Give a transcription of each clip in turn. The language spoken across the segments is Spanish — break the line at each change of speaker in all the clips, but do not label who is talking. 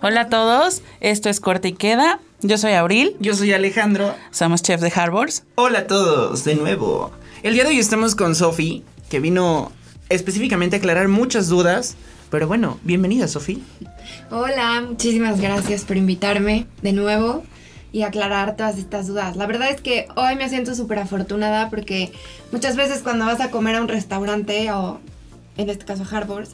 Hola a todos, esto es Corte y Queda. Yo soy Abril,
Yo soy Alejandro.
somos chef de Harbors.
Hola a todos de nuevo. El día de hoy estamos con Sofi, que vino específicamente a aclarar muchas dudas. Pero bueno, bienvenida Sofi.
Hola, muchísimas gracias por invitarme de nuevo y aclarar todas estas dudas. La verdad es que hoy me siento súper afortunada porque muchas veces cuando vas a comer a un restaurante o en este caso a Harvard's,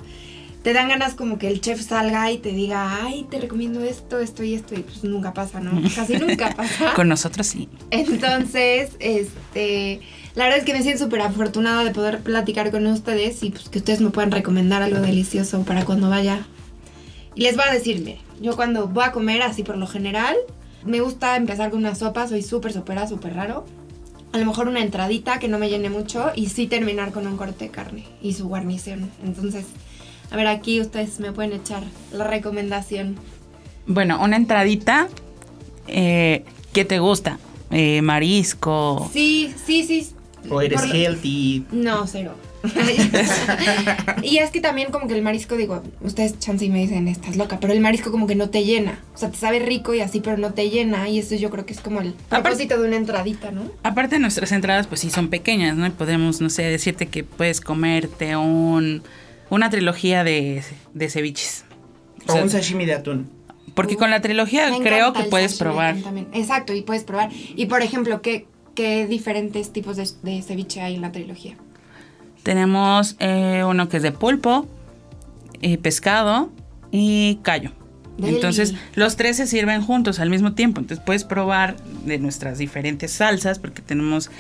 te dan ganas como que el chef salga y te diga, ay, te recomiendo esto, esto y esto, y pues nunca pasa, ¿no? Casi nunca pasa.
Con nosotros sí.
Entonces, este, la verdad es que me siento súper afortunada de poder platicar con ustedes y pues que ustedes me puedan recomendar algo delicioso para cuando vaya. Y les voy a decir, mire, yo cuando voy a comer así por lo general, me gusta empezar con una sopa, soy súper sopera, súper raro. A lo mejor una entradita que no me llene mucho y sí terminar con un corte de carne y su guarnición. Entonces, a ver, aquí ustedes me pueden echar la recomendación.
Bueno, una entradita. eh, ¿Qué te gusta? Eh, marisco.
Sí, sí, sí.
Oh. O eres
por lo-
healthy.
No, cero. y es que también como que el marisco, digo, ustedes chance y me dicen, estás loca, pero el marisco como que no te llena. O sea, te sabe rico y así, pero no te llena. Y eso yo creo que es como el propósito de una entradita, ¿no?
Aparte nuestras entradas pues sí son pequeñas, ¿no? Y podemos, no sé, decirte que puedes comerte un, una trilogía de, de ceviches. O
O
sea,
un sashimi de atún.
porque con la trilogía
Uh, Me
creo
encanta
que
el
puedes
sashimi
probar.
también. Exacto, y puedes probar. Y por ejemplo, ¿qué, qué diferentes tipos de, de ceviche hay en la trilogía?
Tenemos eh, uno que es de pulpo, eh, pescado y callo.
Deli.
Entonces, los tres se sirven juntos al mismo tiempo. Entonces, puedes probar de nuestras diferentes salsas, porque tenemos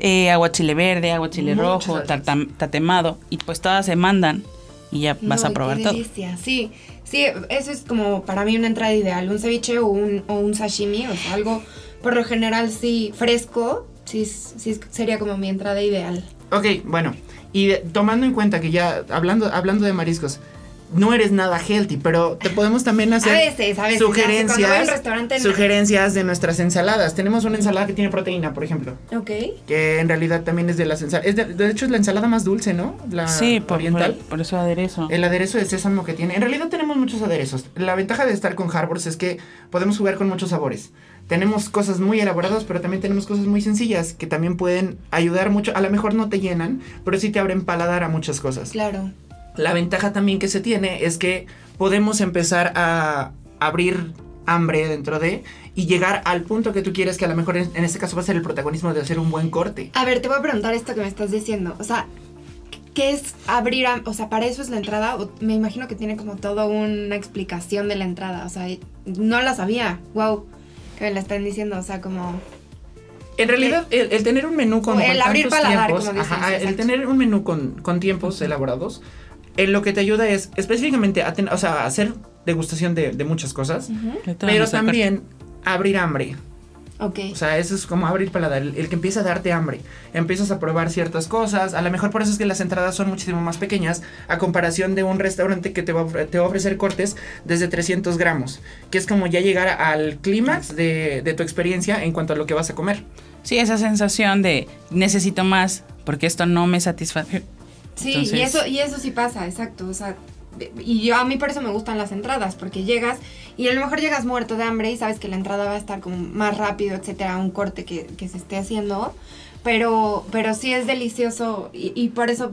eh, agua chile verde, agua chile
Muchas
rojo,
salsas.
tartam- tatemado, y pues todas se mandan y ya vas
No,
a
qué
probar todo.
delicia. Sí, sí, eso es como para mí una entrada ideal, un ceviche o un, o un sashimi, o sea, algo por lo general sí fresco, sí, es- sí es- sería como mi entrada ideal.
Ok, bueno. Y eh, tomando en cuenta que ya hablando, hablando de mariscos, no eres nada healthy, pero te podemos también hacer
A veces, a veces, ya sé, cuando voy al
sugerencias,
restaurante, no.
sugerencias de nuestras ensaladas. Tenemos una ensalada que tiene proteína, por ejemplo.
Ok.
Que en realidad también es de las ensaladas. De, de hecho, es la ensalada más dulce, ¿no? La
Sí, por,
oriental.
por- por eso aderezo.
El aderezo de sésamo que tiene. En realidad tenemos muchos aderezos. La ventaja de estar con Harbors es que podemos jugar con muchos sabores. Tenemos cosas muy elaboradas, pero también tenemos cosas muy sencillas que también pueden ayudar mucho. A lo mejor no te llenan, pero sí te abren paladar a muchas cosas.
Claro.
La ventaja también que se tiene es que podemos empezar a abrir hambre dentro de y llegar al punto que tú quieres, que a lo mejor en, en este caso va a ser el protagonismo de hacer un buen corte.
A ver, te voy a preguntar esto que me estás diciendo. O sea, ¿qué es abrir? a- o sea, ¿para eso es la entrada? O me imagino que tiene como toda una explicación de la entrada. O sea, no la sabía. Wow. Que me la están diciendo. O sea, como...
En realidad, el, el tener un menú con,
Como el
con
abrir
tantos
paladar,
tiempos,
como dices,
ajá, el
exacto.
tener un menú con, con tiempos elaborados, eh, lo que te ayuda es específicamente a, ten- o sea, a hacer degustación de, de muchas cosas,
De todas
pero
nuestras
también abrir hambre.
Ok.
O sea, eso es como abrir paladar, el, el que empieza a darte hambre. Empiezas a probar ciertas cosas. A lo mejor por eso es que las entradas son muchísimo más pequeñas a comparación de un restaurante que te va a, ofre- te va a ofrecer cortes desde 300 gramos, que es como ya llegar al clímax de, de tu experiencia en cuanto a lo que vas a comer.
partes. Sí, esa sensación de necesito más, porque esto no me satisface.
Sí,
Entonces-
y eso y eso sí pasa, exacto, o sea, de- y yo a mí por eso me gustan las entradas, porque llegas y a lo mejor llegas muerto de hambre y sabes que la entrada va a estar como más rápido, etcétera, un corte que, que se esté haciendo, pero pero sí es delicioso y, y por eso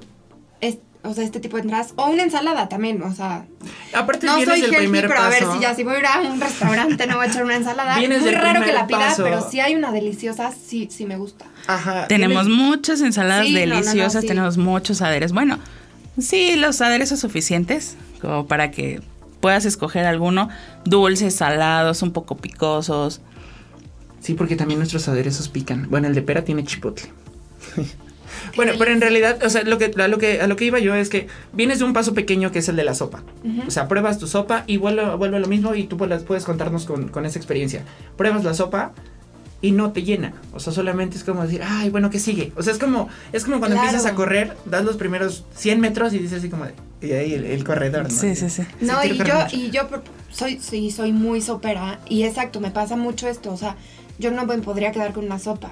es o sea, este tipo de entradas o una ensalada también, o sea,
Aparte
no
vienes
soy
del
healthy,
primer
pero
paso.
a ver si ya si voy a ir a un restaurante no voy a echar una ensalada,
Vienes
muy
del
raro que
primer
la pida,
paso.
pero si hay una deliciosa, sí sí me gusta.
Ajá.
Tenemos muchas ensaladas
Sí, no, no, no,
deliciosas,
sí.
tenemos muchos aderezos. Bueno, sí, los aderezos suficientes como para que puedas escoger alguno. Dulces, salados, un poco picosos.
Sí, porque también nuestros aderezos pican. Bueno, el de pera tiene chipotle. bueno,
Qué
pero en realidad, o sea, lo que, a, lo que, a lo que iba yo es que vienes de un paso pequeño que es el de la sopa. O sea, pruebas tu sopa y vuelve, vuelve a lo mismo y tú puedes, puedes contarnos con, con esa experiencia. Pruebas la sopa y no te llena. O sea, solamente es como decir, ay, bueno, ¿qué sigue? O sea, es como, es como cuando
Claro.
empiezas a correr, das los primeros 100 metros y dices así como de, y ahí el, el corredor, ¿no?
Sí, sí, sí.
No,
quiero
y
correr
yo,
mucho.
y yo por- soy, sí, soy muy sopera. Y exacto, me pasa mucho esto. O sea, yo no me podría quedar con una sopa.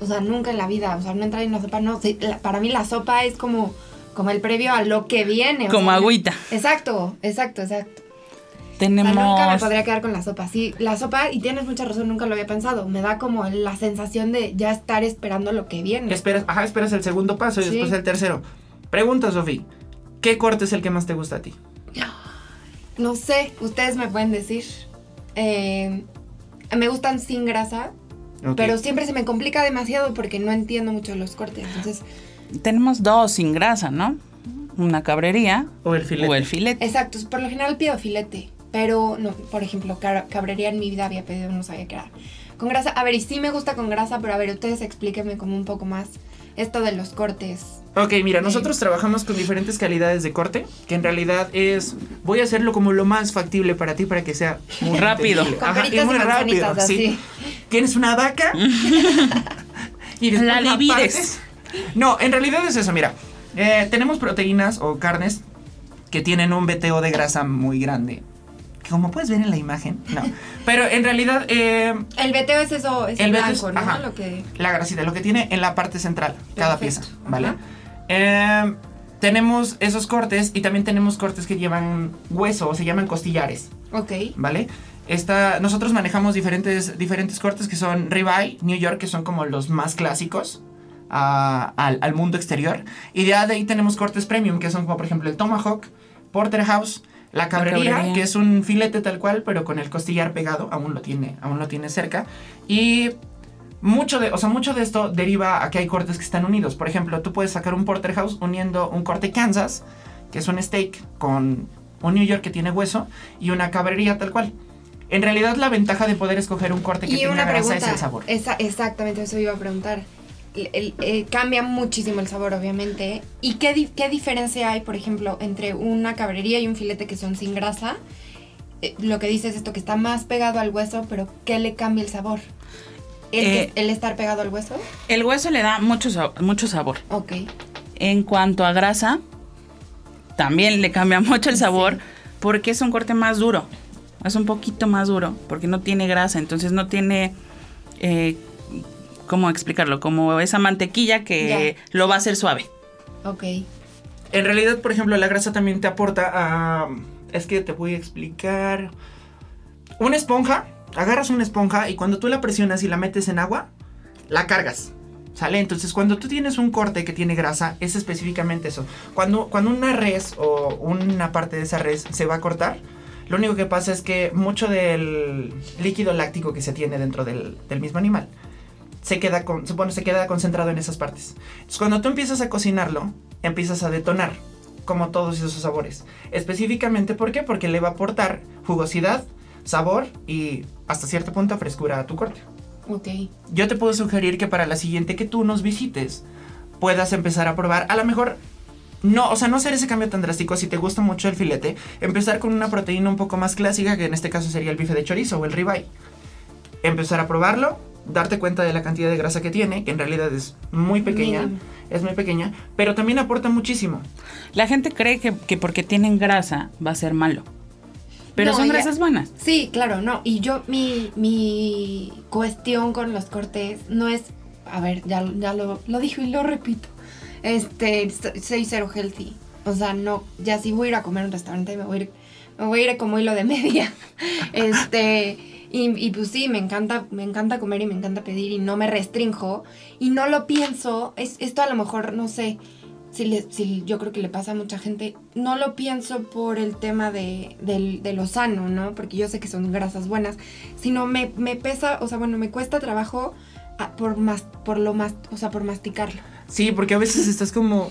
O sea, nunca en la vida. O sea, no entrar en una sopa. No, sí, la- para mí la sopa es como, como el previo a lo que viene. o
Como
sea,
agüita.
Exacto, exacto, exacto. O sea,
tenemos...
nunca me podría quedar con la sopa. Sí, la sopa, y tienes mucha razón, nunca lo había pensado. Me da como la sensación de ya estar esperando lo que viene.
Esperas, ajá, esperas el segundo paso y
Sí.
después el tercero. Pregunta, Sofi, ¿qué corte es el que más te gusta a ti?
No sé, ustedes me pueden decir. Eh, me gustan sin grasa,
Ok.
pero siempre se me complica demasiado porque no entiendo mucho los cortes. Entonces,
Tenemos dos sin grasa, ¿no? Una cabrería
o el filete.
o el filete.
exacto, por lo general pido filete, pero no, por ejemplo, cab- cabrería en mi vida había pedido, no sabía qué era. Con grasa, a ver, y sí me gusta con grasa, pero a ver, ustedes explíquenme como un poco más esto de los cortes.
Ok, mira, nosotros trabajamos con diferentes calidades de corte, que en realidad es, voy a hacerlo como lo más factible para ti, para que sea muy
Rápido.
entendible.
Con
Ajá,
peritas
y
y
muy rápido,
manzanitas,
sí.
así.
¿Tienes una vaca? y después
La divides.
partes. No, en realidad es eso, mira, eh, tenemos proteínas o carnes que tienen un BTO de grasa muy grande. que Como puedes ver en la imagen, no. Pero en realidad, eh,
El BTO es eso, es
El
el
BTO es-
blanco, ¿no?
ajá.
Lo que...
la grasita, lo que tiene en la parte central, cada pieza,
Perfecto.
¿vale?
Ajá.
Eh, tenemos esos cortes y también tenemos cortes que llevan hueso, o se llaman costillares,
Ok.
¿vale? Esta, nosotros manejamos diferentes, diferentes cortes que son ribeye, New York, que son como los más clásicos a- al, al mundo exterior. Y ya de ahí tenemos cortes premium, que son como por ejemplo el tomahawk, porterhouse, la cabrería,
cabrería.
que es un filete tal cual, pero con el costillar pegado, aún lo tiene, aún lo tiene cerca. Y mucho de, o sea, mucho de esto deriva a que hay cortes que están unidos. Por ejemplo, tú puedes sacar un porterhouse uniendo un corte Kansas, que es un steak, con un New York que tiene hueso, y una cabrería tal cual. En realidad, la ventaja de poder escoger un corte que
Y
tiene
una
grasa
pregunta.
es el sabor.
Esa- exactamente, eso iba a preguntar. El- el- eh, cambia muchísimo el sabor, obviamente. ¿Y qué, di- qué diferencia hay, por ejemplo, entre una cabrería y un filete que son sin grasa? Eh, lo que dices es esto, que está más pegado al hueso, pero ¿qué le cambia el sabor? ¿El, que-
Eh.
el estar pegado al hueso?
El hueso le da mucho, sa- mucho sabor.
Ok.
En cuanto a grasa, también le cambia mucho el sabor porque es un corte más duro. Es un poquito más duro porque no tiene grasa, entonces no tiene, eh, ¿cómo explicarlo? Como esa mantequilla que lo va a hacer suave.
Ok.
En realidad, por ejemplo, la grasa también te aporta a... Es que te voy a explicar. Una esponja, agarras una esponja y cuando tú la presionas y la metes en agua, la cargas. ¿Sale? Entonces, cuando tú tienes un corte que tiene grasa, es específicamente eso. Cuando, cuando una res o una parte de esa res se va a cortar, lo único que pasa es que mucho del líquido láctico que se tiene dentro del, del mismo animal se queda, con, se, pone- se queda concentrado en esas partes. Entonces, cuando tú empiezas a cocinarlo, empiezas a detonar, como todos esos sabores. Específicamente, ¿por qué? Porque le va a aportar jugosidad, sabor y hasta cierto punto frescura a tu corte.
Ok.
Yo te puedo sugerir que para la siguiente que tú nos visites, puedas empezar a probar, a lo mejor... No, o sea, no hacer ese cambio tan drástico si te gusta mucho el filete, empezar con una proteína un poco más clásica, que en este caso sería el bife de chorizo o el ribeye. Empezar a probarlo, darte cuenta de la cantidad de grasa que tiene, que en realidad es muy pequeña,
Mínima.
es muy pequeña, pero también aporta muchísimo.
La gente cree que, que porque tienen grasa va a ser malo, pero
No,
son
ya-
grasas buenas.
Sí, claro, no. Y yo, mi, mi cuestión con los cortes no es, a ver, ya, ya lo, lo dije y lo repito. Este, so- soy cero healthy. O sea, no, ya si voy a ir a comer a un restaurante, me voy a ir, me voy a ir como hilo de media. Este, y, y pues sí, me encanta, me encanta comer y me encanta pedir y no me restrinjo y no lo pienso. Es, esto a lo mejor, no sé, si, le- si yo creo que le pasa a mucha gente, no lo pienso por el tema de, del- de lo sano, ¿no? Porque yo sé que son grasas buenas, sino me, me pesa, o sea, bueno, me cuesta trabajo ah, por más, por lo más, o sea, por masticarlo.
Sí, porque a veces estás como...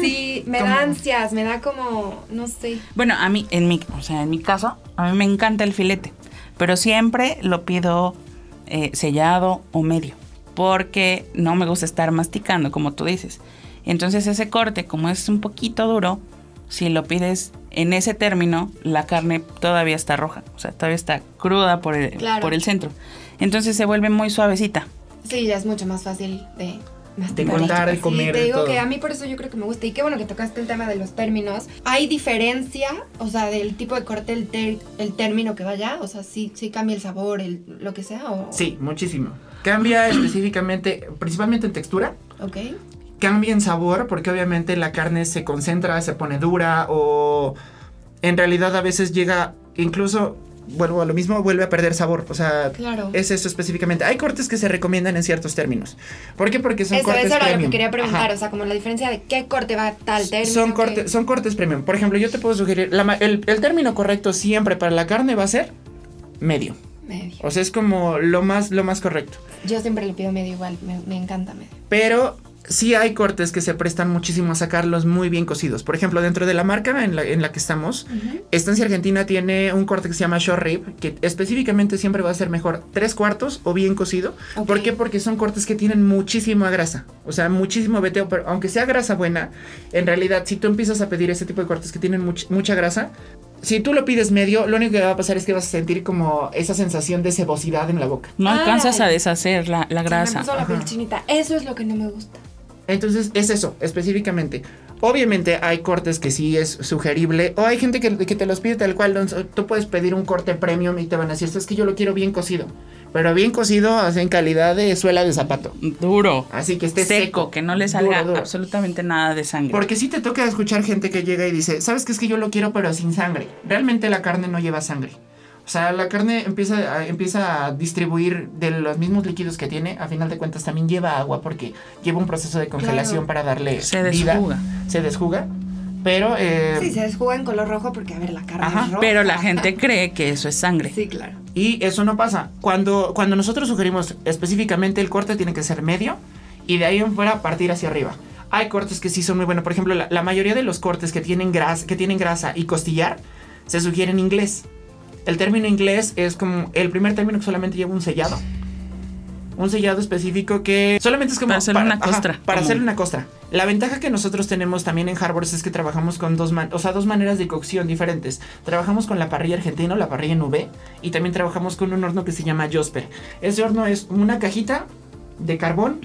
Sí, me
¿Cómo?
da ansias, me da como, no sé.
Bueno, a mí, en mi, o sea, en mi caso, a mí me encanta el filete, pero siempre lo pido eh, sellado o medio, porque no me gusta estar masticando, como tú dices. Entonces ese corte, como es un poquito duro, si lo pides en ese término, la carne todavía está roja, o sea, todavía está cruda por el,
Claro.
por el centro. Entonces se vuelve muy suavecita.
Sí, ya es mucho más fácil de masticar.
cortar, de
Sí,
comer,
Te
de
digo
todo.
que a mí por eso yo creo que me gusta. Y qué bueno que tocaste el tema de los términos. ¿Hay diferencia, o sea, del tipo de corte, el, ter- el término que vaya? O sea, sí, sí cambia el sabor, el, lo que sea, o...
Sí, muchísimo. Cambia específicamente, principalmente en textura,
Ok.
cambia en sabor porque obviamente la carne se concentra, se pone dura o en realidad a veces llega incluso vuelvo a lo mismo, vuelve a perder sabor. O sea,
Claro.
es eso específicamente. Hay cortes que se recomiendan en ciertos términos. ¿Por qué? Porque son
Eso,
cortes
eso era lo que
premium.
quería preguntar,
Ajá.
o sea, como la diferencia de qué corte va a tal término.
Son,
qué-
corte- son cortes premium. Por ejemplo, yo te puedo sugerir, la ma- el, el término correcto siempre para la carne va a ser medio.
Medio.
O sea, es como lo más, lo más correcto.
Yo siempre le pido medio igual, me, me encanta medio.
Pero sí hay cortes que se prestan muchísimo a sacarlos muy bien cocidos. Por ejemplo, dentro de la marca en la, en la que estamos, Estancia Argentina tiene un corte que se llama short rib, que específicamente siempre va a ser mejor tres cuartos o bien cocido.
Ok.
¿Por qué? Porque son cortes que tienen muchísima grasa, o sea, muchísimo veteo, pero aunque sea grasa buena, en realidad si tú empiezas a pedir ese tipo de cortes que tienen much- mucha grasa, si tú lo pides medio, lo único que va a pasar es que vas a sentir como esa sensación de cebosidad en la boca.
No
Ay.
alcanzas a deshacer la, la
Se
grasa.
Me puso la
Ajá.
piel chinita. Eso es lo que no me gusta.
Entonces es eso, específicamente. Obviamente hay cortes que sí es sugerible o hay gente que, que te los pide tal cual. don- Tú puedes pedir un corte premium y te van a decir, es que yo lo quiero bien cocido. Pero bien cocido así en calidad de suela de zapato.
Duro.
Así que esté
Este
Seco,
seco.
que no le salga
Duro, duro.
absolutamente nada de sangre.
Porque sí te toca escuchar gente que llega y dice, ¿sabes qué es que yo lo quiero pero sin sangre? Realmente la carne no lleva sangre. O sea, la carne empieza a, empieza a distribuir de los mismos líquidos que tiene. A final de cuentas también lleva agua porque lleva un proceso de congelación
Claro.
para darle
Se
vida.
desjuga.
Se desjuga. Pero... eh,
Sí, se desjuga en color rojo porque, a ver, la carne
Ajá,
es roja.
Ah, Pero la gente cree que eso es sangre.
Sí, claro.
Y eso no pasa. Cuando, cuando nosotros sugerimos específicamente el corte tiene que ser medio y de ahí en fuera partir hacia arriba. Hay cortes que sí son muy buenos. Por ejemplo, la, la mayoría de los cortes que tienen, grasa, que tienen grasa y costillar se sugieren inglés. El término inglés es como el primer término que solamente lleva un sellado. Un sellado específico que solamente es como
Para hacerle una costra,
para
como-
hacerle una costra. La ventaja que nosotros tenemos también en Harbors es que trabajamos con dos, man- o sea, dos maneras de cocción diferentes. Trabajamos con la parrilla argentina o la parrilla en V y también trabajamos con un horno que se llama Josper. Ese horno es una cajita de carbón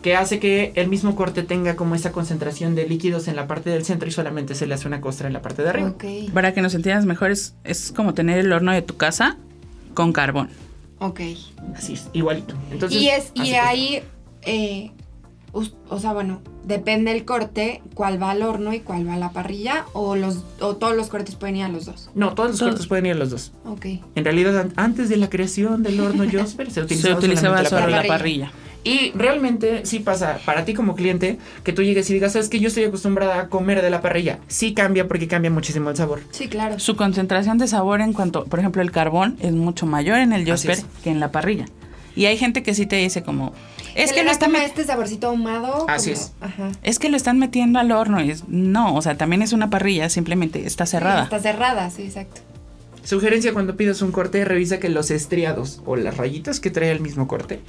que hace que el mismo corte tenga como esa concentración de líquidos en la parte del centro y solamente se le hace una costra en la parte de arriba.
Ok.
Para que nos entiendas mejor, es, es como tener el horno de tu casa con carbón.
Ok.
Así es, igualito. Entonces,
Y, es,
así
y
cuesta.
ahí, eh, us- o sea, bueno, depende el corte, cuál va al horno y cuál va a la parrilla, o, los, o todos los cortes pueden ir a los dos.
No, todos los
Todo.
cortes pueden ir a los dos.
Ok.
En realidad, an- antes de la creación del horno Josper, se
Se
utilizaba,
utilizaba
solamente la
solo
parrilla.
la parrilla.
Y realmente sí pasa para ti como cliente que tú llegues y digas, sabes que yo estoy acostumbrada a comer de la parrilla. Sí cambia porque cambia muchísimo el sabor.
Sí, claro.
Su concentración de sabor en cuanto, por ejemplo, el carbón es mucho mayor en el
Así
Josper
es.
que en la parrilla. Y hay gente que sí te dice como, es
Se
que
le
no
da
está
como
met-
este saborcito ahumado.
Así
como-
es.
Ajá.
es que lo están metiendo al horno. Y es, no, o sea, también es una parrilla, simplemente está cerrada.
Sí, está cerrada, sí, exacto.
Sugerencia cuando pidas un corte, revisa que los estriados o las rayitas que trae el mismo corte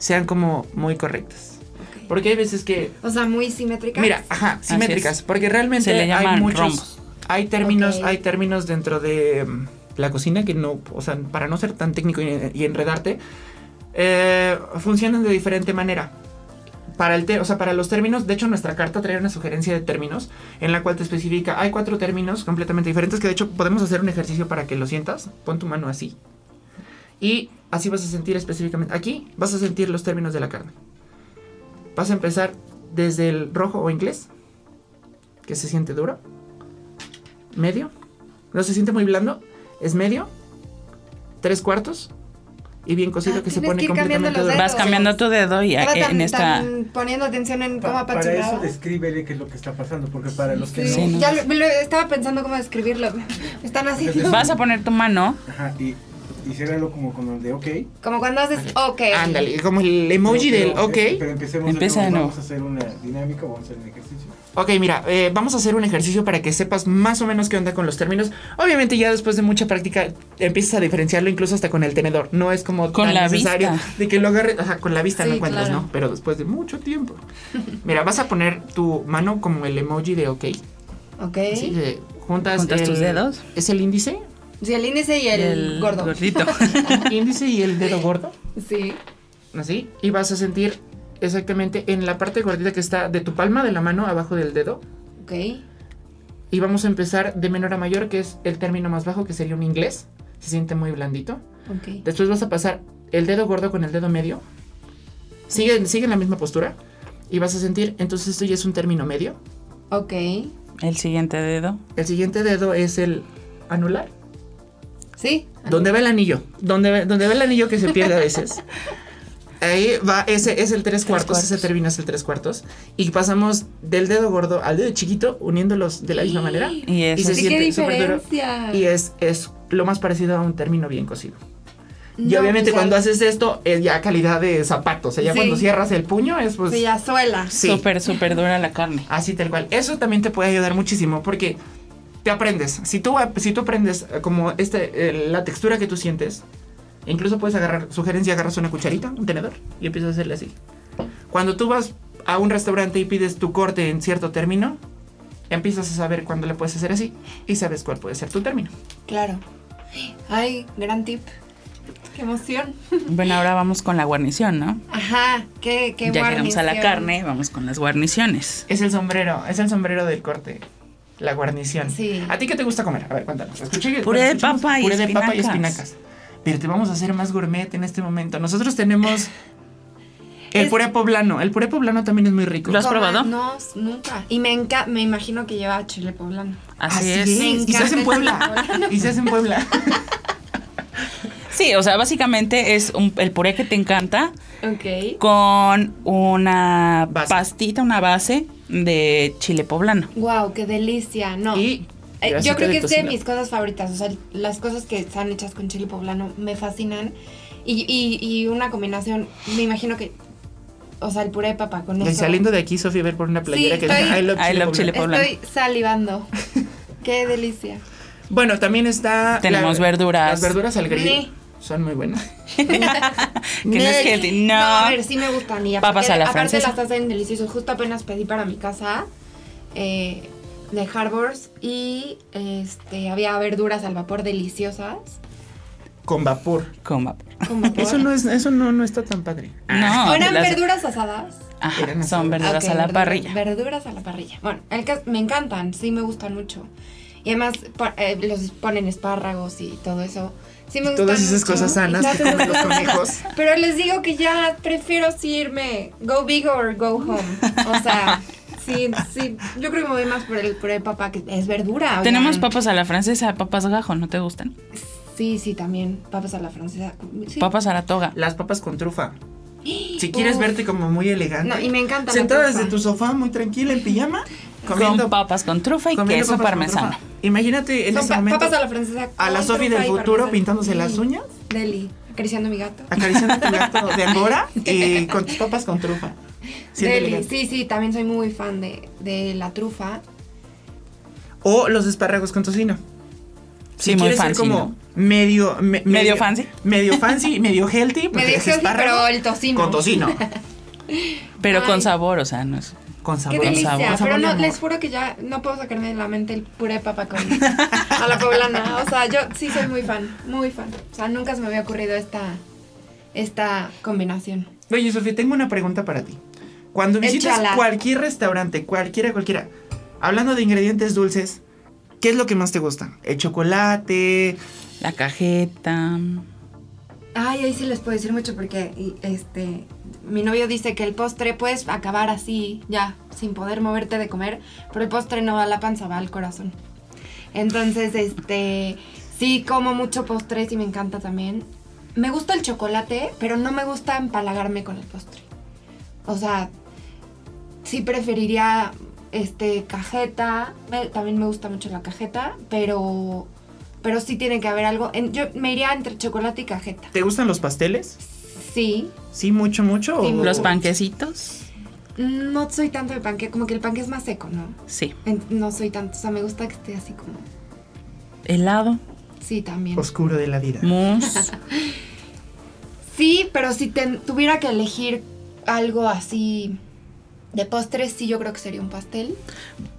sean como muy correctas.
Ok.
Porque hay veces que...
O sea, muy simétrica.
Mira, ajá,
Así
simétricas.
es.
Porque realmente
Se le
hay
llaman
muchos...
rombos.
Hay términos,
Ok.
hay términos dentro de mm, la cocina que no... O sea, para no ser tan técnico y, y enredarte, eh, funcionan de diferente manera. Para, el te- o sea, para los términos, de hecho nuestra carta trae una sugerencia de términos en la cual te especifica, hay cuatro términos completamente diferentes que de hecho podemos hacer un ejercicio para que lo sientas, pon tu mano así y así vas a sentir específicamente, aquí vas a sentir los términos de la carne. Vas a empezar desde el rojo o inglés, que se siente duro, medio, no se siente muy blando, es medio, tres cuartos y bien cocido
Ah,
que se
tienes
pone
que ir cambiando
completamente
los
duro.
dedos.
Vas cambiando tu dedo y
Estaba
eh,
tan-
en esta...
tan poniendo atención en cómo
Pa- para eso
apachurraba.
descríbele qué es lo que está pasando, porque para los que
Sí,
Sí,
no.
no.
Ya lo- lo- estaba pensando cómo describirlo. Me Están haciendo.
Vas a poner tu mano
Ajá, y, y ciérralo como con el de ok.
Como cuando haces ok.
Ándale, como el emoji
Pero-
del ok.
eh, Pero empecemos
Empieza de nuevo.
Vamos a hacer una dinámica, vamos a hacer un ejercicio.
Ok, mira, eh, vamos a hacer un ejercicio para que sepas más o menos qué onda con los términos. Obviamente ya después de mucha práctica empiezas a diferenciarlo incluso hasta con el tenedor. No es como
Con
tan
la
necesario
vista.
de que lo agarres, ajá, con la vista
Sí,
no cuentas,
claro.
¿no? Pero después de mucho tiempo. Mira, vas a poner tu mano como el emoji de ok.
Ok.
Así de, juntas
Juntas
el-
tus dedos.
¿Es el índice?
Sí, el índice y el,
del
gordo.
gordito.
índice y el dedo gordo.
Sí.
Así. Y vas a sentir exactamente en la parte gordita que está de tu palma de la mano abajo del dedo.
Ok.
Y vamos a empezar de menor a mayor, que es el término más bajo, que sería un inglés. Se siente muy blandito.
Ok.
Después vas a pasar el dedo gordo con el dedo medio. Sigue, sigue en la misma postura. Y vas a sentir, entonces esto ya es un término medio.
Ok.
El siguiente dedo.
El siguiente dedo es el anular.
¿Sí?
Donde ve el anillo, donde ve, donde ve el anillo que se pierde a veces. Ahí va, ese es el tres cuartos,
cuartos.
ese término es el tres cuartos. Y pasamos del dedo gordo al dedo chiquito, uniéndolos de la misma manera.
Y
Y
eso
se
sí.
qué
siente súper duro.
diferencia.
Y eh, es, es lo más parecido a un término bien cocido. Y
No,
obviamente
pues ya-
cuando haces esto, es ya calidad de zapato. O sea, ya
Sí.
cuando cierras el puño, es pues.
Sí, ya suela.
sí.
Súper, súper dura la carne.
Así tal cual. Eso también te puede ayudar muchísimo porque te aprendes. Si tú, ap- si tú aprendes eh, como este, eh, la textura que tú sientes, incluso puedes agarrar, sugerencia, agarras una cucharita, un tenedor y empiezas a hacerle así. Cuando tú vas a un restaurante y pides tu corte en cierto término, empiezas a saber cuándo le puedes hacer así y sabes cuál puede ser tu término.
Claro. Ay, gran tip. Qué emoción.
Bueno, ahora vamos con la guarnición, ¿no?
Ajá, qué, qué
ya llegamos a la
guarnición.
carne, vamos con las guarniciones.
Es el sombrero, es el sombrero del corte. La guarnición.
Sí.
¿A ti qué te gusta comer? A ver, cuéntanos. Escuché que-
Puré de
escuchamos
papa y
Puré de papa y
espinacas.
espinacas. Pero te vamos a hacer más gourmet en este momento. Nosotros tenemos el
Es-
puré poblano. El puré poblano también es muy rico.
Lo has
Toma,
probado?
No, s- nunca. Y me encanta, me imagino que lleva chile poblano.
Así, es.
Me
Y se hace en
encanta el
Puebla.
poblano.
Y se hace en Puebla.
Sí, o sea, básicamente es un- el puré que te encanta
Ok.
con una
Base.
pastita, una base de chile poblano.
Wow, qué delicia. No.
Y
Eh,
grasita
yo creo
de
que es de
tocino.
mis cosas favoritas. O sea, las cosas que están hechas con chile poblano me fascinan. Y, y- y una combinación, me imagino que. O sea, el puré de papa con
Y
eso.
saliendo de aquí, Sofía, ver por una playera
Sí,
que dice
estoy-
I love
I
Chile
love
Poblano".
Chile Poblano.
Estoy salivando. qué delicia.
Bueno, también está.
Tenemos verduras.
Ah, Las verduras al grill.
Sí.
Son muy buenas.
Que no es healthy, no.
a ver, sí me gustan. Y aparte,
Papas a la
aparte
francesa.
las hacen deliciosas. Justo apenas pedí para mi casa eh, de Harbors y este había verduras al vapor deliciosas.
Con vapor.
Con vapor.
Con vapor.
Eso no, es, eso no, no está tan padre.
No,
¿O eran
las-
verduras asadas?
Ajá,
Eran
son
asadas.
verduras
Ok,
a la
verdura-
parrilla.
Verduras a la parrilla. Bueno, el cas- me encantan, sí me gustan mucho. Y además pa- eh, los ponen espárragos y todo eso. Sí me
Y todas
gustan
esas
mucho.
cosas sanas
Todas
que
esas
comen los
cosas sanas.
conejos.
Pero les digo que ya prefiero sí irme go big or go home. O sea, sí, sí. Yo creo que me voy más por el puré de papa, que es verdura. oigan.
Tenemos papas a la francesa, papas gajo, ¿no te gustan?
Sí, sí, también. Papas a la francesa. Sí.
Papas a la toga.
Las papas con trufa. Si quieres
Uf.
verte como muy elegante.
No, y me encanta la
Sentada
trufa.
desde tu sofá, muy tranquila, en pijama, comiendo
con papas con trufa y
comiendo
queso
papas con
parmesano.
trufa. Imagínate en
Son
ese
pa-
momento
papas a la francesa.
a la
con
Sofi del
trufa y
futuro
parmesano.
pintándose
Sí.
las uñas,
Deli, acariciando a mi gato.
acariciando tu gato de angora y con tus papas con trufa. Siendo
Deli,
elegante.
sí, sí, también soy muy fan de, de la trufa.
O los espárragos con tocino.
Sí, muy
quieres ser
fancy,
como
¿no?
medio, me-
¿Medio fancy?
Medio fancy, medio healthy. porque
Me
es
dije, "Oye,
espárrago
pero el tocino.
Con tocino.
Pero
Ay.
con sabor, o sea, no es.
Con sabor.
Qué
con
delicia,
sabor,
pero
sabor y
no,
amor.
les juro que ya no puedo sacarme de la mente el puré de papa con a la poblana. O sea, yo sí soy muy fan, muy fan. O sea, nunca se me había ocurrido esta, esta combinación.
Oye, Sofía, tengo una pregunta para ti. Cuando visitas
Échala.
cualquier restaurante, cualquiera, cualquiera, hablando de ingredientes dulces, ¿qué es lo que más te gusta? ¿El chocolate?
La cajeta.
Ay, ahí sí les puedo decir mucho porque y, este mi novio dice que el postre puedes acabar así, ya, sin poder moverte de comer, pero el postre no va a la panza, va al corazón. Entonces, este, sí como mucho postre, sí me encanta también. Me gusta el chocolate, pero no me gusta empalagarme con el postre. O sea, sí preferiría este cajeta, me- también me gusta mucho la cajeta, pero pero sí tiene que haber algo. En- yo me iría entre chocolate y cajeta.
¿Te gustan los pasteles?
Sí,
Sí, mucho, mucho.
Sí,
o-
Los panquecitos.
no soy tanto de panque, como que el panque es más seco, ¿no?
Sí.
En- No soy tanto, o sea, me gusta que esté así como.
Helado.
Sí, también.
Oscuro de la vida.
Mousse.
Sí, pero si ten- tuviera que elegir algo así de postres, sí, yo creo que sería un pastel.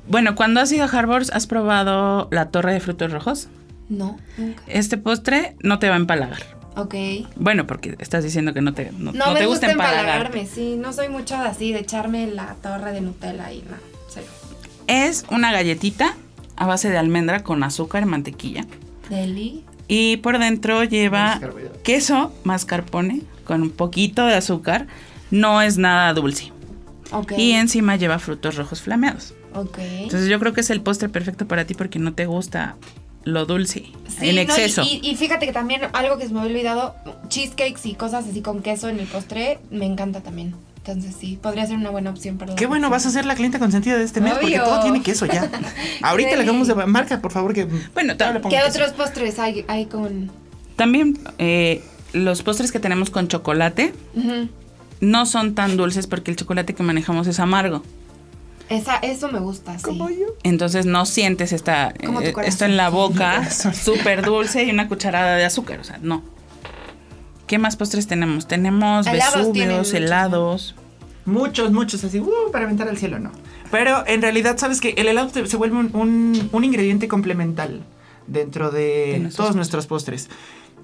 Bueno, cuando has ido a Harbors, ¿has probado la torre de frutos rojos?
No, nunca.
Este postre no te va a empalagar.
Ok.
Bueno, porque estás diciendo que no te, no,
No,
no
me
te
gusta
gusta
empalagarme,
empalagar.
sí. No soy mucho de así de echarme la torre de Nutella y no. Cero.
Es una galletita a base de almendra con azúcar y mantequilla.
Deli.
Y por dentro lleva
Menos carbohidratos.
queso mascarpone con un poquito de azúcar. No es nada dulce.
Ok.
Y encima lleva frutos rojos flameados.
Ok.
Entonces yo creo que es el postre perfecto para ti porque no te gusta lo dulce
Sí,
en
no, y-
exceso.
y, y fíjate que también algo que se me había olvidado, cheesecakes y cosas así con queso en el postre, me encanta también. Entonces sí, podría ser una buena opción para la
Qué bueno, vas a ser la clienta consentida de este mes porque
Obvio.
todo tiene queso ya. Ahorita le
Sí.
hagamos de marca, por favor, que.
Bueno,
todo
ta-
le pongo
¿Qué
queso.
otros postres hay, hay con...?
También eh, los postres que tenemos con chocolate
Ujú.
no son tan dulces porque el chocolate que manejamos es amargo.
Esa, eso me gusta, sí.
Como yo.
Entonces no sientes esta,
Como tu
eh, esto
corazón.
en la
Mi
boca,
corazón.
súper dulce y una cucharada de azúcar. O sea, no. ¿Qué más postres tenemos? Tenemos
Helados tienen
vesuvios,
muchos,
helados.
Muchos, muchos, así, uh, para aventar al cielo, no. Pero en realidad, sabes que el helado se, se vuelve un, un- un ingrediente complemental dentro de,
De nuestros
todos
postres.
nuestros postres.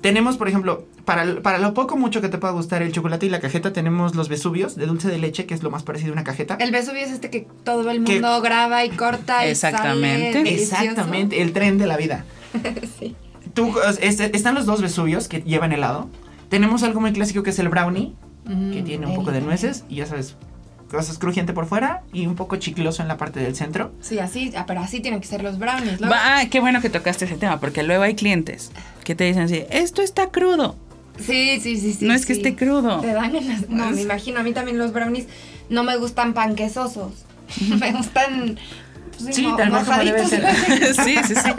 Tenemos, por ejemplo, para, para lo poco mucho que te pueda gustar el chocolate y la cajeta, tenemos los vesuvios de dulce de leche, que es lo más parecido a una cajeta.
El Vesubio es este que todo el
Que-
mundo graba y corta y
Exactamente.
sale delicioso.
Exactamente, el tren de la vida.
Sí.
Tú, es- están los dos vesuvios que llevan helado. Tenemos algo muy clásico que es el brownie, que
Mm,
tiene un poco de
deli.
nueces y ya sabes, cosas crujiente por fuera y un poco chicloso en la parte del centro.
Sí, así, ah, pero así tienen que ser los brownies. Luego,
Va- ah, qué bueno que tocaste ese tema porque luego hay clientes que te dicen así, esto está crudo.
Sí, sí, sí, sí.
no es que
sí.
esté crudo.
Te dan en las- No, me imagino. A mí también los brownies no me gustan panquesosos. me gustan. pues,
Sí,
mo-
tal cual como debe
mojaditos.
ser.
sí, sí, sí.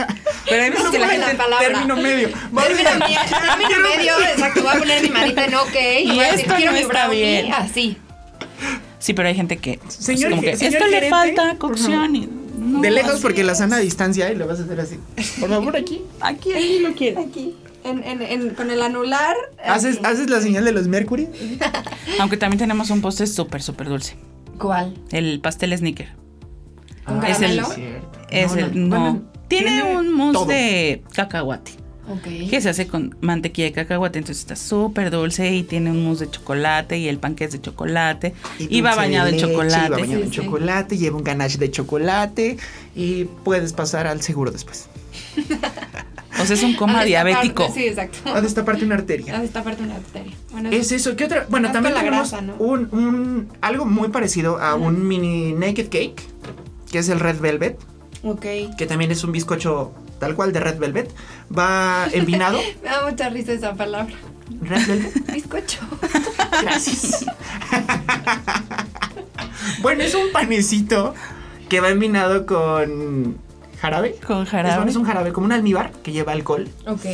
Pero hay veces
No
que la
puede la
gente...
palabra.
Término medio. Vamos
Término
a-
medio, término medio, exacto, voy a poner mi manita en OK y,
Y
voy a decir,
esto
quiero
no
mi
está
brownie
bien.
así.
Sí, pero hay gente que... pues,
Señor
como
ge-
que,
señor
Esto
gerente,
le falta
por
cocción.
favor.
y- no,
De lejos
así
porque la
es.
sana distancia y lo vas a hacer así. Por favor, aquí.
Aquí, aquí lo quiero.
Aquí, en, en, en, con el anular.
Haces,
aquí.
haces la señal de los Mercury.
Aunque también tenemos un postre súper, súper dulce.
¿Cuál?
El pastel sneaker.
¿Un
Ah, es el-
caramelo?
cierto.
Es el... No.
Bueno,
tiene, un mousse
todo.
de cacahuate.
Ok.
Que se hace con mantequilla de cacahuate. Entonces está súper dulce y tiene un mousse de chocolate y el panque es de chocolate. Y, va
dulce de
bañado en
leche,
chocolate.
Y va bañado
Sí,
en
sí.
chocolate, lleva un ganache de chocolate y puedes pasar al seguro después.
O sea, es un
Ah,
coma
A destapar-
diabético.
Ah, Sí, exacto. Ah,
A destaparte una arteria.
A destaparte una arteria. Bueno,
Es eso, ¿qué otra? Bueno,
Hasta
también
la
tenemos
grasa, ¿no?
un, un- algo muy parecido a un mini naked cake, que es el red velvet,
Ok.
que también es un bizcocho tal cual de red velvet. Va empinado.
Me da mucha risa esa palabra.
red velvet.
Bizcocho.
Gracias. bueno, es un panecito que va combinado con jarabe.
Con
Es, bueno,
jarabe.
es un jarabe como un almíbar que lleva alcohol.
Ok,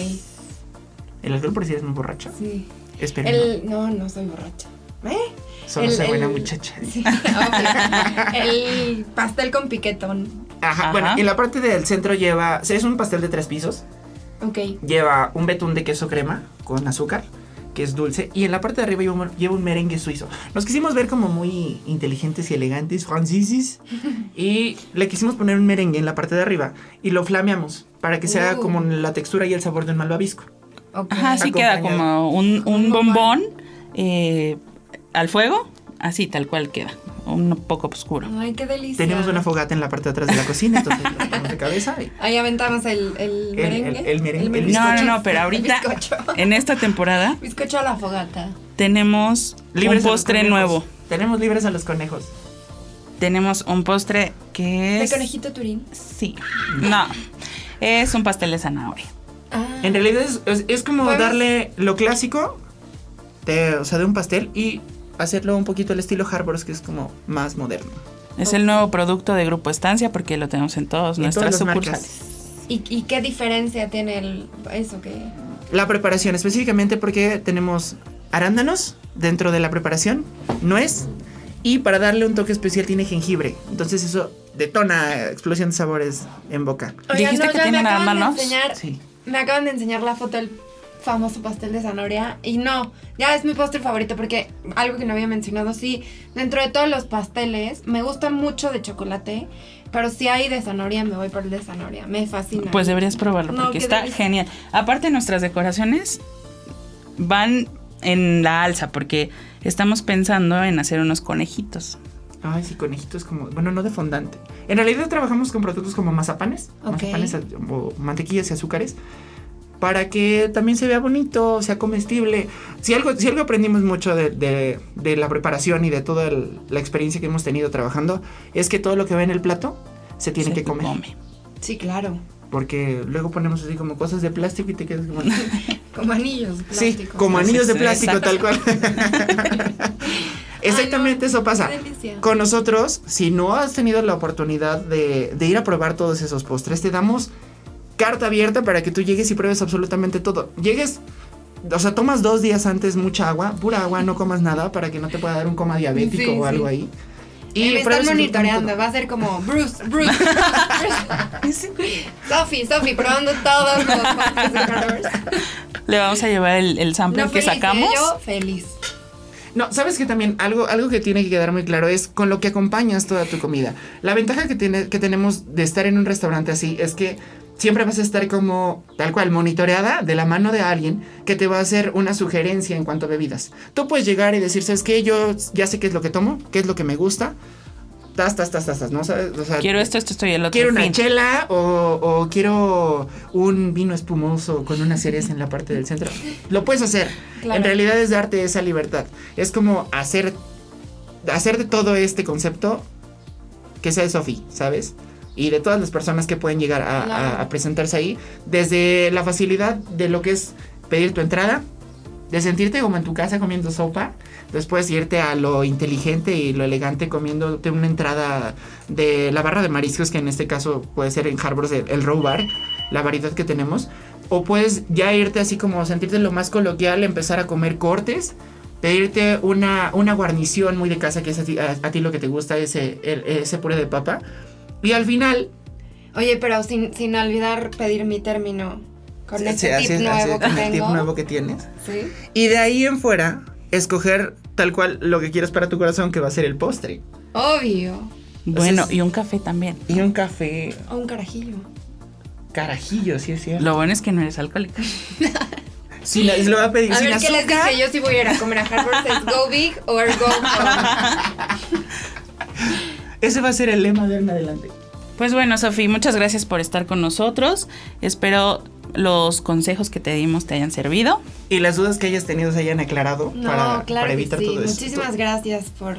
El alcohol por si eres muy borracho.
sí.
Espero.
El, no, no soy borracha. ¿Eh?
no. Solo
el-
soy buena
el-
muchacha.
Sí, ok. El pastel con piquetón.
Ajá,
Ajá.
Bueno, en la parte del centro lleva. o sea, es un pastel de tres pisos.
Ok.
Lleva un betún de queso crema con azúcar, que es dulce. Y en la parte de arriba lleva un, lleva un merengue suizo. Nos quisimos ver como muy inteligentes y elegantes, franceses. y le quisimos poner un merengue en la parte de arriba. Y lo flameamos para que sea
Uh.
como la textura y el sabor del malvavisco.
ok.
Ajá, sí queda
Acompañado.
como un, un
Un bombón.
bombón eh, al fuego. Así, tal cual queda. Un poco oscuro.
Ay, qué delicia.
Tenemos una fogata en la parte de atrás de la cocina, entonces lo ponemos de cabeza. y-
Ahí aventamos el,
El-
el merengue.
el- el merengue, el
No, no,
bizcocho.
no, pero ahorita,
El bizcocho.
en esta temporada,
Bizcocho a la fogata.
tenemos
Libres a
un
los
postre
conejos.
nuevo.
Tenemos libres a los conejos.
Tenemos un postre que
¿De
es.
conejito turín?
Sí. No. Es un pastel de zanahoria.
Ah.
En realidad es, es- es como
Podemos-
darle lo clásico, de, o sea, de un pastel y hacerlo un poquito al estilo Harbors, que es como más moderno.
Es el nuevo producto de Grupo Estancia porque lo tenemos en todas
En
nuestras
todas las
sucursales.
marcas.
¿Y, y qué diferencia tiene el, eso que...?
La preparación, específicamente porque tenemos arándanos dentro de la preparación, nuez, y para darle un toque especial tiene jengibre. Entonces eso detona explosión de sabores en boca.
¿Dijiste que
ya
tienen
me acaban
arándanos?
De enseñar,
Sí.
Me acaban de enseñar la foto del famoso pastel de zanahoria y no, ya es mi postre favorito porque algo que no había mencionado, sí, dentro de todos los pasteles me gusta mucho de chocolate, pero si hay de zanahoria me voy por el de zanahoria, me fascina.
Pues deberías probarlo
No,
porque
qué
está
delicia.
genial. Aparte nuestras decoraciones van en la alza porque estamos pensando en hacer unos conejitos.
Ay, sí, conejitos como, bueno, no de fondante. En realidad trabajamos con productos como mazapanes,
Ok.
mazapanes eh, o mantequillas y azúcares, para que también se vea bonito, sea comestible. Si algo, si algo aprendimos mucho de, de- de la preparación y de toda el- la experiencia que hemos tenido trabajando, es que todo lo que va en el plato se tiene
Se
que comer.
come.
Sí, claro.
Porque luego ponemos así como cosas de plástico y te quedas como...
Como anillos.
sí,
plásticos.
como anillos de
Sí,
plástico, tal cual. Exactamente
Ay, no,
eso pasa.
qué delicia.
Con nosotros, si no has tenido la oportunidad de, de ir a probar todos esos postres, te damos carta abierta para que tú llegues y pruebes absolutamente todo. Llegues, o sea, tomas dos días antes mucha agua, pura agua, no comas nada para que no te pueda dar un coma diabético
Sí,
o
sí.
algo ahí.
Y me están
pruebes absolutamente
monitoreando,
todo.
va a ser como Bruce, Bruce, Bruce. Sofi, Sofi, probando todos los postres de colores.
Le vamos a llevar el, el sample
No
que
feliz,
sacamos.
¿eh? Yo feliz.
No, sabes que también algo, algo que tiene que quedar muy claro es con lo que acompañas toda tu comida. La ventaja que, tiene, que tenemos de estar en un restaurante así es que siempre vas a estar como tal cual monitoreada de la mano de alguien que te va a hacer una sugerencia en cuanto a bebidas. Tú puedes llegar y decir, ¿sabes qué? Yo ya sé qué es lo que tomo, qué es lo que me gusta. Tas, tas, tas, tas, tas, ¿no? ¿Sabes? O sea,
Quiero esto, esto, esto y el otro.
Quiero una
fin.
chela o, o quiero un vino espumoso con una cereza en la parte del centro. Lo puedes hacer.
Claro.
En realidad es darte esa libertad. Es como hacer, hacer de todo este concepto que sea de Sofi, ¿sabes? Y de todas las personas que pueden llegar a, a-
Claro.
a presentarse ahí. Desde la facilidad de lo que es pedir tu entrada, de sentirte como en tu casa comiendo sopa, después irte a lo inteligente y lo elegante comiéndote una entrada de la barra de mariscos, que en este caso puede ser en Harbors el, el Row Bar, la variedad que tenemos, o puedes ya irte así como sentirte lo más coloquial, empezar a comer cortes, pedirte una, una guarnición muy de casa, que es a ti, a- a ti lo que te gusta, ese, el- ese puré de papa, y al final
Oye, pero sin, sin olvidar pedir mi término con
Sí,
este
así
tip
es, así
nuevo
es,
que
con el
tengo.
tip nuevo que tienes.
Sí.
Y de ahí en fuera, escoger tal cual lo que quieras para tu corazón, que va a ser el postre.
Obvio.
Bueno,
Entonces-
y un café también.
Y un café
O un carajillo.
carajillo, sí es cierto.
Lo bueno es que no eres alcohólica.
Sin- lo va a pedir
A
sin
ver, ¿qué les
azúcar.
dije? Yo sí voy a ir a comer a Harvard. Es go big or go home.
Ese va a ser el lema de ahora en adelante.
Pues bueno, Sofi, muchas gracias por estar con nosotros. Espero los consejos que te dimos te hayan servido.
Y las dudas que hayas tenido se hayan aclarado
No,
para,
claro
para
que
evitar
sí.
todo esto.
Muchísimas gracias por,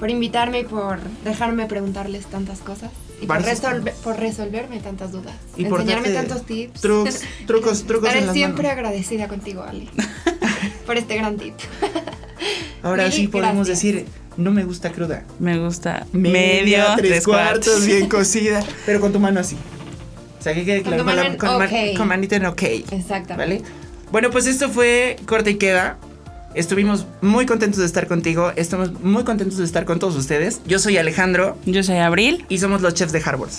por invitarme y por dejarme preguntarles tantas cosas. Y por,
Varias
resolver- por resolverme tantas dudas.
Y por
enseñarme
darte
tantos tips.
Trucos, trucos, trucos en
Estaré
las
siempre
manos.
agradecida contigo, Ale, por este gran tip.
Ahora
Mil
sí podemos
gracias.
decir, no me gusta cruda.
Me gusta. Medio,
Media, tres, cuartos, bien cocida. Pero con tu mano así. O sea, que quede
Con
claro.
tu
Con,
mano
la-
en
con ma-
ok.
con manita en ok.
Exactamente.
¿Vale? Bueno, pues esto fue Corte y Queda. Estuvimos muy contentos de estar contigo. Estamos muy contentos de estar con todos ustedes. Yo soy Alejandro
Yo soy Abril.
y somos los chefs de Harvard.